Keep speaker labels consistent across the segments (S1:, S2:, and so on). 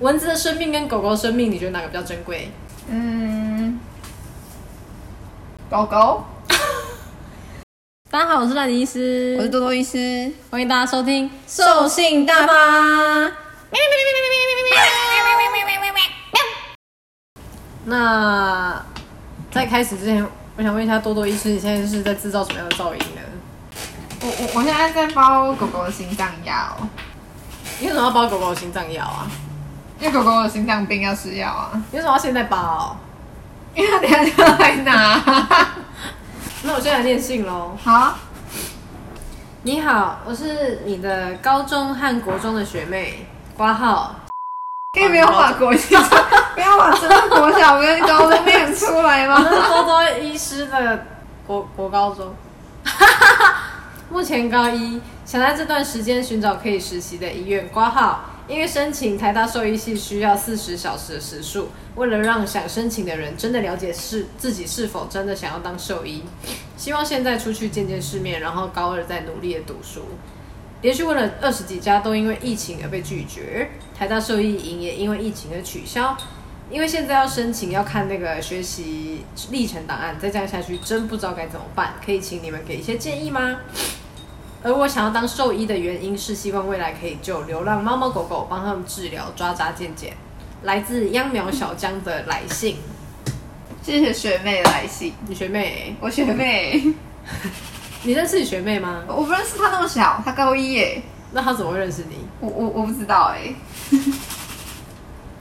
S1: 蚊子的生命跟狗狗的生命，你觉得哪个比较珍贵？
S2: 嗯，狗狗，
S1: 大家好，我是赖迪医师，
S2: 我是多多医师，
S1: 欢迎大家收听。
S2: 兽性大发。
S1: 那在开始之前，我想问一下多多医师，你现在是在制造什么样的噪音呢？
S2: 我我我现在在包狗狗的心脏药，
S1: 你为什么要包狗狗的心脏药啊？
S2: 因为狗狗有心脏病要吃药啊，
S1: 你为什么要现在包？
S2: 因为它等一下就来 拿。
S1: 那我现在来念信喽。
S2: 好，
S1: 你好，我是你的高中和国中的学妹，挂号。
S2: 可以不要把国小，不要把整个国小跟高中念出来
S1: 我是
S2: 吗？
S1: 多多医师的国国高中，目前高一，想在这段时间寻找可以实习的医院挂号，因为申请台大兽医系需要四十小时的时数。为了让想申请的人真的了解是自己是否真的想要当兽医，希望现在出去见见世面，然后高二再努力的读书。连续问了二十几家，都因为疫情而被拒绝。台大兽医营也因为疫情而取消。因为现在要申请，要看那个学习历程档案，再这样下去，真不知道该怎么办。可以请你们给一些建议吗？而我想要当兽医的原因是，希望未来可以救流浪猫猫狗狗，帮他们治疗抓扎健检。来自秧苗小江的来信，
S2: 谢谢学妹的来信，
S1: 你学妹，
S2: 我学妹，
S1: 你认识你学妹 吗？
S2: 我不认识她那么小，她高一耶，
S1: 那她怎么会认识你？
S2: 我我我不知道哎，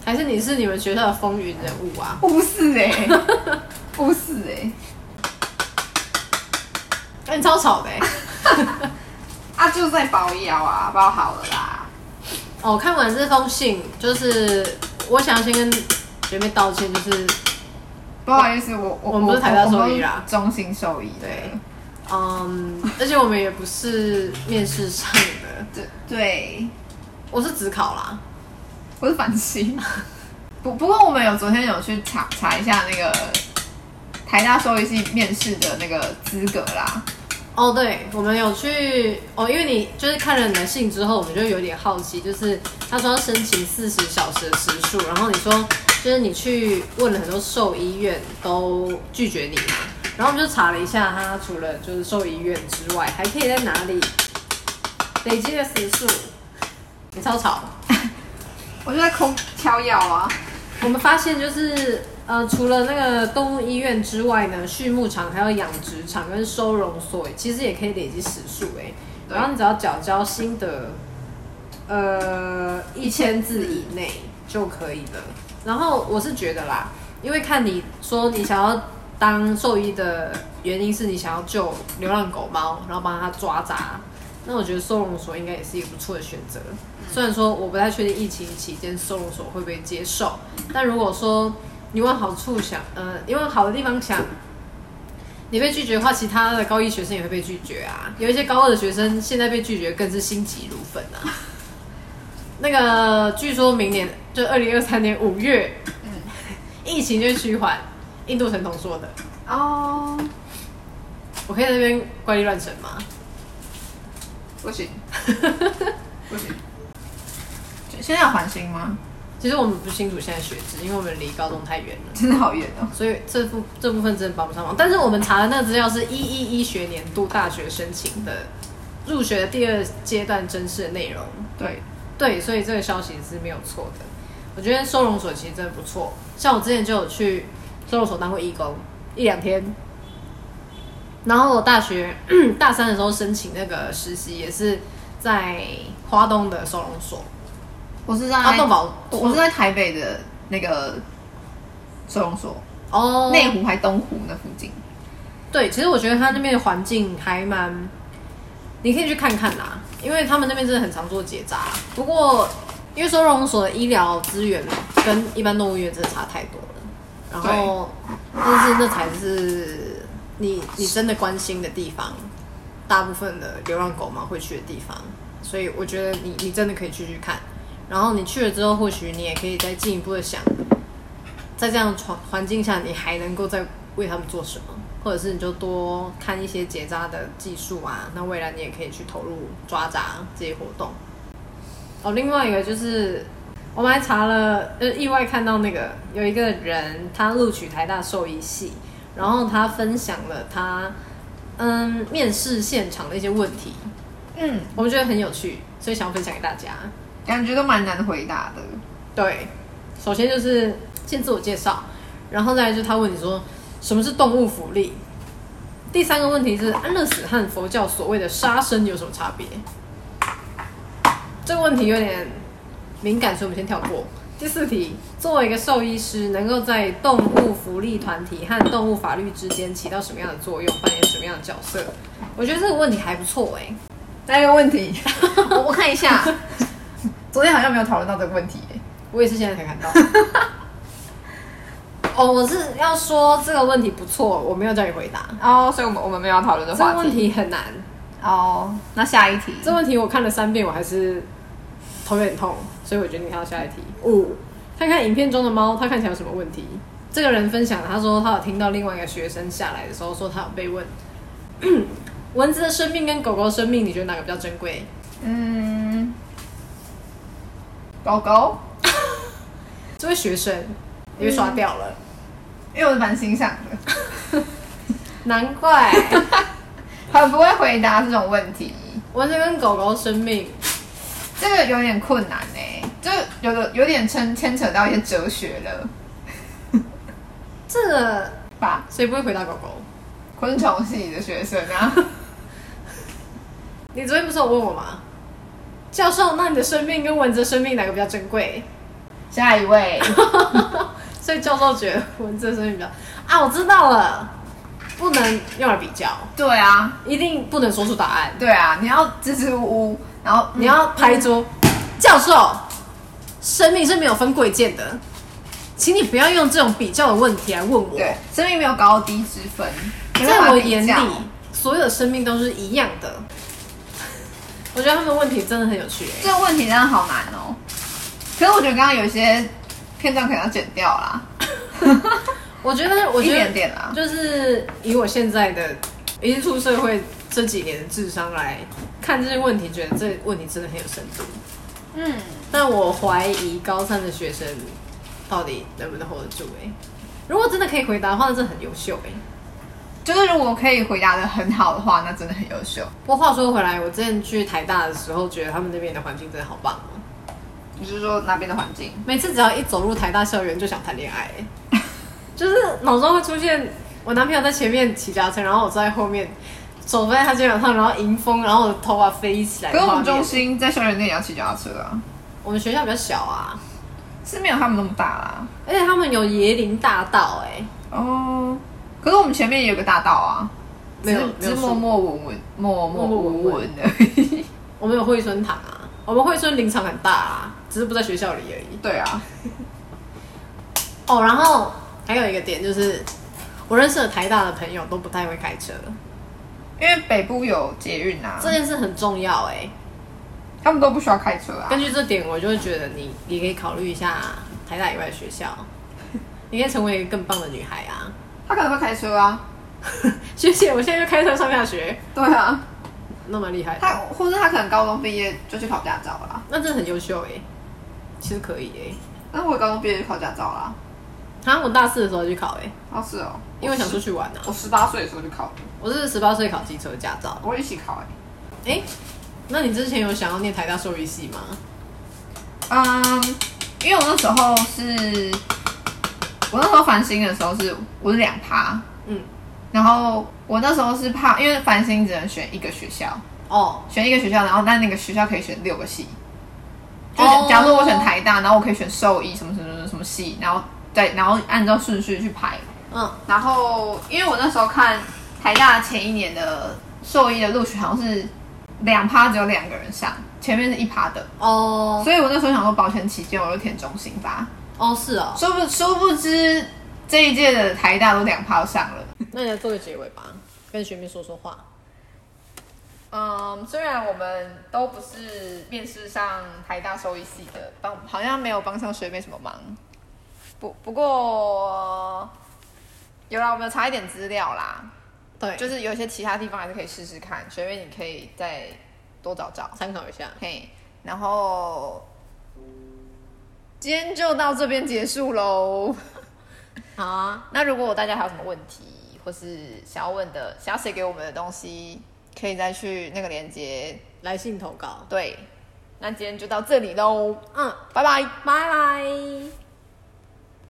S1: 还是你是你们学校的风云人物啊？
S2: 我不 是哎，我不是哎，
S1: 哎、你超吵的、欸。
S2: 啊就在包药啊，包好了啦，
S1: 哦，看完这封信，就是我想要先跟学妹道歉，就是
S2: 不好意思，我我
S1: 我们不是台大兽医啊啦
S2: 我们中心兽医的，
S1: 对嗯，而且我们也不是面试上的，
S2: 对对，
S1: 我是只考啦。
S2: 我是反系。不不过我们有昨天有去查查一下那个台大兽医系面试的那个资格啦，
S1: 哦，对，我们有去哦，因为你就是看了你的信之后，我们就有点好奇，就是他说要申请四十小时的时数，然后你说就是你去问了很多兽医院都拒绝你嘛，然后我们就查了一下，他除了就是兽医院之外，还可以在哪里累积的时数？你超吵。
S2: 我就在空敲药啊。
S1: 我们发现就是呃，除了那个动物医院之外呢，畜牧场还有养殖场跟收容所，其实也可以累积时数哎。
S2: 对
S1: 然后你只要缴交新的呃一千字以内就可以了。然后我是觉得啦，因为看你说你想要当兽医的原因是你想要救流浪狗猫，然后帮它抓杂。那我觉得收容所应该也是一个不错的选择。虽然说我不太确定疫情期间收容所会不会接受，但如果说你往好处想，呃，你往好的地方想，你被拒绝的话，其他的高一学生也会被拒绝啊。有一些高二的学生现在被拒绝更是心急如焚啊。那个据说明年就二零二三年五月，
S2: 嗯
S1: 疫情就会趋缓，印度神童说的。
S2: 哦，
S1: 我可以在那边怪力乱神吗？
S2: 不行，不行。现在有环星吗？
S1: 其实我们不清楚现在学制，因为我们离高中太远了。
S2: 真的好远哦。
S1: 所以这部这部分真的帮不上忙。但是我们查的那个资料是一一一学年度大学申请的入学的第二阶段甄试的内容。
S2: 对，
S1: 对，所以这个消息是没有错的。我觉得收容所其实真的不错，像我之前就有去收容所当过义工一两天，然后我大学 大三的时候申请那个实习也是在花东的收容所，
S2: 我是在
S1: 啊，动保
S2: 我我是在台北的那个收容所，
S1: 哦
S2: 内湖还东湖那附近。
S1: 对，其实我觉得他那边的环境还蛮，你可以去看看啦，因为他们那边真的很常做结扎。不过，因为收容所的医疗资源跟一般动物医院真的差太多了，然后，但是那才是你你真的关心的地方，大部分的流浪狗嘛会去的地方，所以我觉得你你真的可以去去看。然后你去了之后，或许你也可以再进一步的想，在这样的环环境下，你还能够再为他们做什么，或者是你就多看一些结扎的技术啊，那未来你也可以去投入抓扎这些活动。哦，另外一个就是我们还查了，呃，意外看到那个有一个人，他录取台大兽医系，然后他分享了他嗯面试现场的一些问题，
S2: 嗯，
S1: 我们觉得很有趣，所以想要分享给大家。
S2: 感觉都蛮难回答的。
S1: 对，首先就是先自我介绍，然后再来就是他问你说什么是动物福利，第三个问题是安乐死和佛教所谓的杀生有什么差别？这个问题有点敏感，所以我们先跳过。第四题，作为一个兽医师，能够在动物福利团体和动物法律之间起到什么样的作用，扮演什么样的角色？我觉得这个问题还不错哎、
S2: 那一个问题， 我我看一下， 昨天好像没有讨论到这个问题耶、
S1: 我也是现在才看到。哦，我是要说这个问题不错，我没有叫你回答。
S2: 哦，所以我们我们没有讨论这
S1: 这
S2: 话
S1: 个问题很难，
S2: 哦，那下一题，
S1: 这问题我看了三遍，我还是头有点痛，所以我决定跳到下一题。五、看看影片中的猫，它看起来有什么问题？这个人分享，他说他有听到另外一个学生下来的时候说他有被问， 蚊子的生命跟狗狗的生命，你觉得哪个比较珍贵？
S2: 嗯，狗狗，
S1: 这位学生也被刷掉了，
S2: 因为我是蛮欣赏的，
S1: 难怪
S2: 很不会回答这种问题，
S1: 蚊子跟狗狗的生命
S2: 这个有点困难哎、就有的有点牵牵扯到一些哲学了
S1: 这个
S2: 吧，
S1: 谁不会回答狗狗？
S2: 昆虫系的学生啊，
S1: 你昨天不是有问我吗？教授，那你的生命跟蚊子的生命哪个比较珍贵？
S2: 下一位，
S1: 所以教授觉得蚊子的生命比较啊，我知道了，不能用来比较，
S2: 对啊，
S1: 一定不能说出答案。
S2: 对啊，你要支支吾吾，然后
S1: 你要拍桌，教授，生命是没有分贵贱的，请你不要用这种比较的问题来问我。
S2: 对，生命没有高低之分，没办
S1: 在
S2: 法
S1: 我
S2: 比
S1: 眼
S2: 较
S1: 里，所有的生命都是一样的。我觉得他们的问题真的很有趣、欸。
S2: 这个问题真的好难哦。可是我觉得刚刚有一些片段可能要剪掉啦，
S1: 我觉得，我
S2: 一
S1: 觉得
S2: 点点啦。
S1: 就是以我现在的已经出社会这几年的智商来看这些问题，觉得这问题真的很有深度。
S2: 嗯，
S1: 但我怀疑高三的学生到底能不能 hold 得住哎、如果真的可以回答的话，那真的很优秀哎、
S2: 就是如果可以回答的很好的话，那真的很优秀。
S1: 不过话说回来，我之前去台大的时候，觉得他们那边的环境真的好棒哦、
S2: 你是说哪边的环境？
S1: 每次只要一走入台大校园，就想谈恋爱欸、就是脑中会出现我男朋友在前面骑脚踏车，然后我坐在后面，手放在他肩膀上，然后迎风，然后我的头发飞起来
S2: 可
S1: 的
S2: 是我
S1: 画
S2: 们
S1: 面。
S2: 中心在校园内也要骑脚踏车啊，
S1: 我们学校比较小啊，
S2: 是没有他们那么大啦。
S1: 而且他们有椰林大道、欸，
S2: 哦，可是我们前面也有个大道啊，
S1: 没有
S2: 只
S1: 没有
S2: 只
S1: 树
S2: 默默无闻，默默
S1: 默默
S2: 无
S1: 无闻
S2: 闻而已。
S1: 我们有惠春堂啊，我们惠春林场很大啊，只是不在学校里而已。
S2: 对啊，
S1: 哦，然后还有一个点就是，我认识的台大的朋友都不太会开车，
S2: 因为北部有捷运啊，
S1: 这件事很重要哎、
S2: 他们都不需要开车啊。
S1: 根据这点，我就会觉得你你可以考虑一下台大以外的学校， 你可以成为一个更棒的女孩啊！
S2: 他可能会开车啊。
S1: 学姐，我现在就开车上下学，
S2: 对啊，
S1: 那蛮厉害的，
S2: 他或者他可能高中毕业就去考驾照啦。
S1: 那真的很优秀哎、其实可以哎、
S2: 那我高中毕业就考驾照啦。
S1: 啊，我大四的时候去考哎、
S2: 哦，是哦，
S1: 因为我想出去玩啊，
S2: 我十八岁的时候就考的，
S1: 我是十八岁考机车驾照。
S2: 我会一起考哎、
S1: 哎、那你之前有想要念台大兽医系吗？
S2: 嗯，因为我那时候是，我那时候繁星的时候是我是两趴，
S1: 嗯，
S2: 然后我那时候是怕，因为繁星只能选一个学校，
S1: 哦，
S2: 选一个学校，然后但那个学校可以选六个系，就
S1: 哦
S2: 假如说我选台大，然后我可以选兽医什么什么什么什么系，然后再然后按照顺序去排，
S1: 嗯，
S2: 然后因为我那时候看台大前一年的兽医的录取好像是两趴只有两个人上，前面是一趴的，
S1: 哦，
S2: 所以我那时候想说保全起见我就填中心吧，
S1: 哦，是哦，
S2: 殊不殊不知这一届的台大都两趴上了。
S1: 那你来做个结尾吧，跟学妹说说话。
S2: 嗯，虽然我们都不是面试上台大兽医系的，帮好像没有帮上学妹什么忙，不不过有啦，我们有查一点资料啦，
S1: 对，
S2: 就
S1: 就是
S2: 有一些其他地方还是可以试试看，学妹你可以再多找找，
S1: 参考一下。
S2: 嘿，然后今天就到这边结束喽。
S1: 好啊，
S2: 那如果大家还有什么问题，或是想要问的、想要写给我们的东西，可以再去那个链接。
S1: 来信投稿，
S2: 对，那今天就到这里喽，
S1: 嗯，
S2: 拜拜。
S1: 拜拜。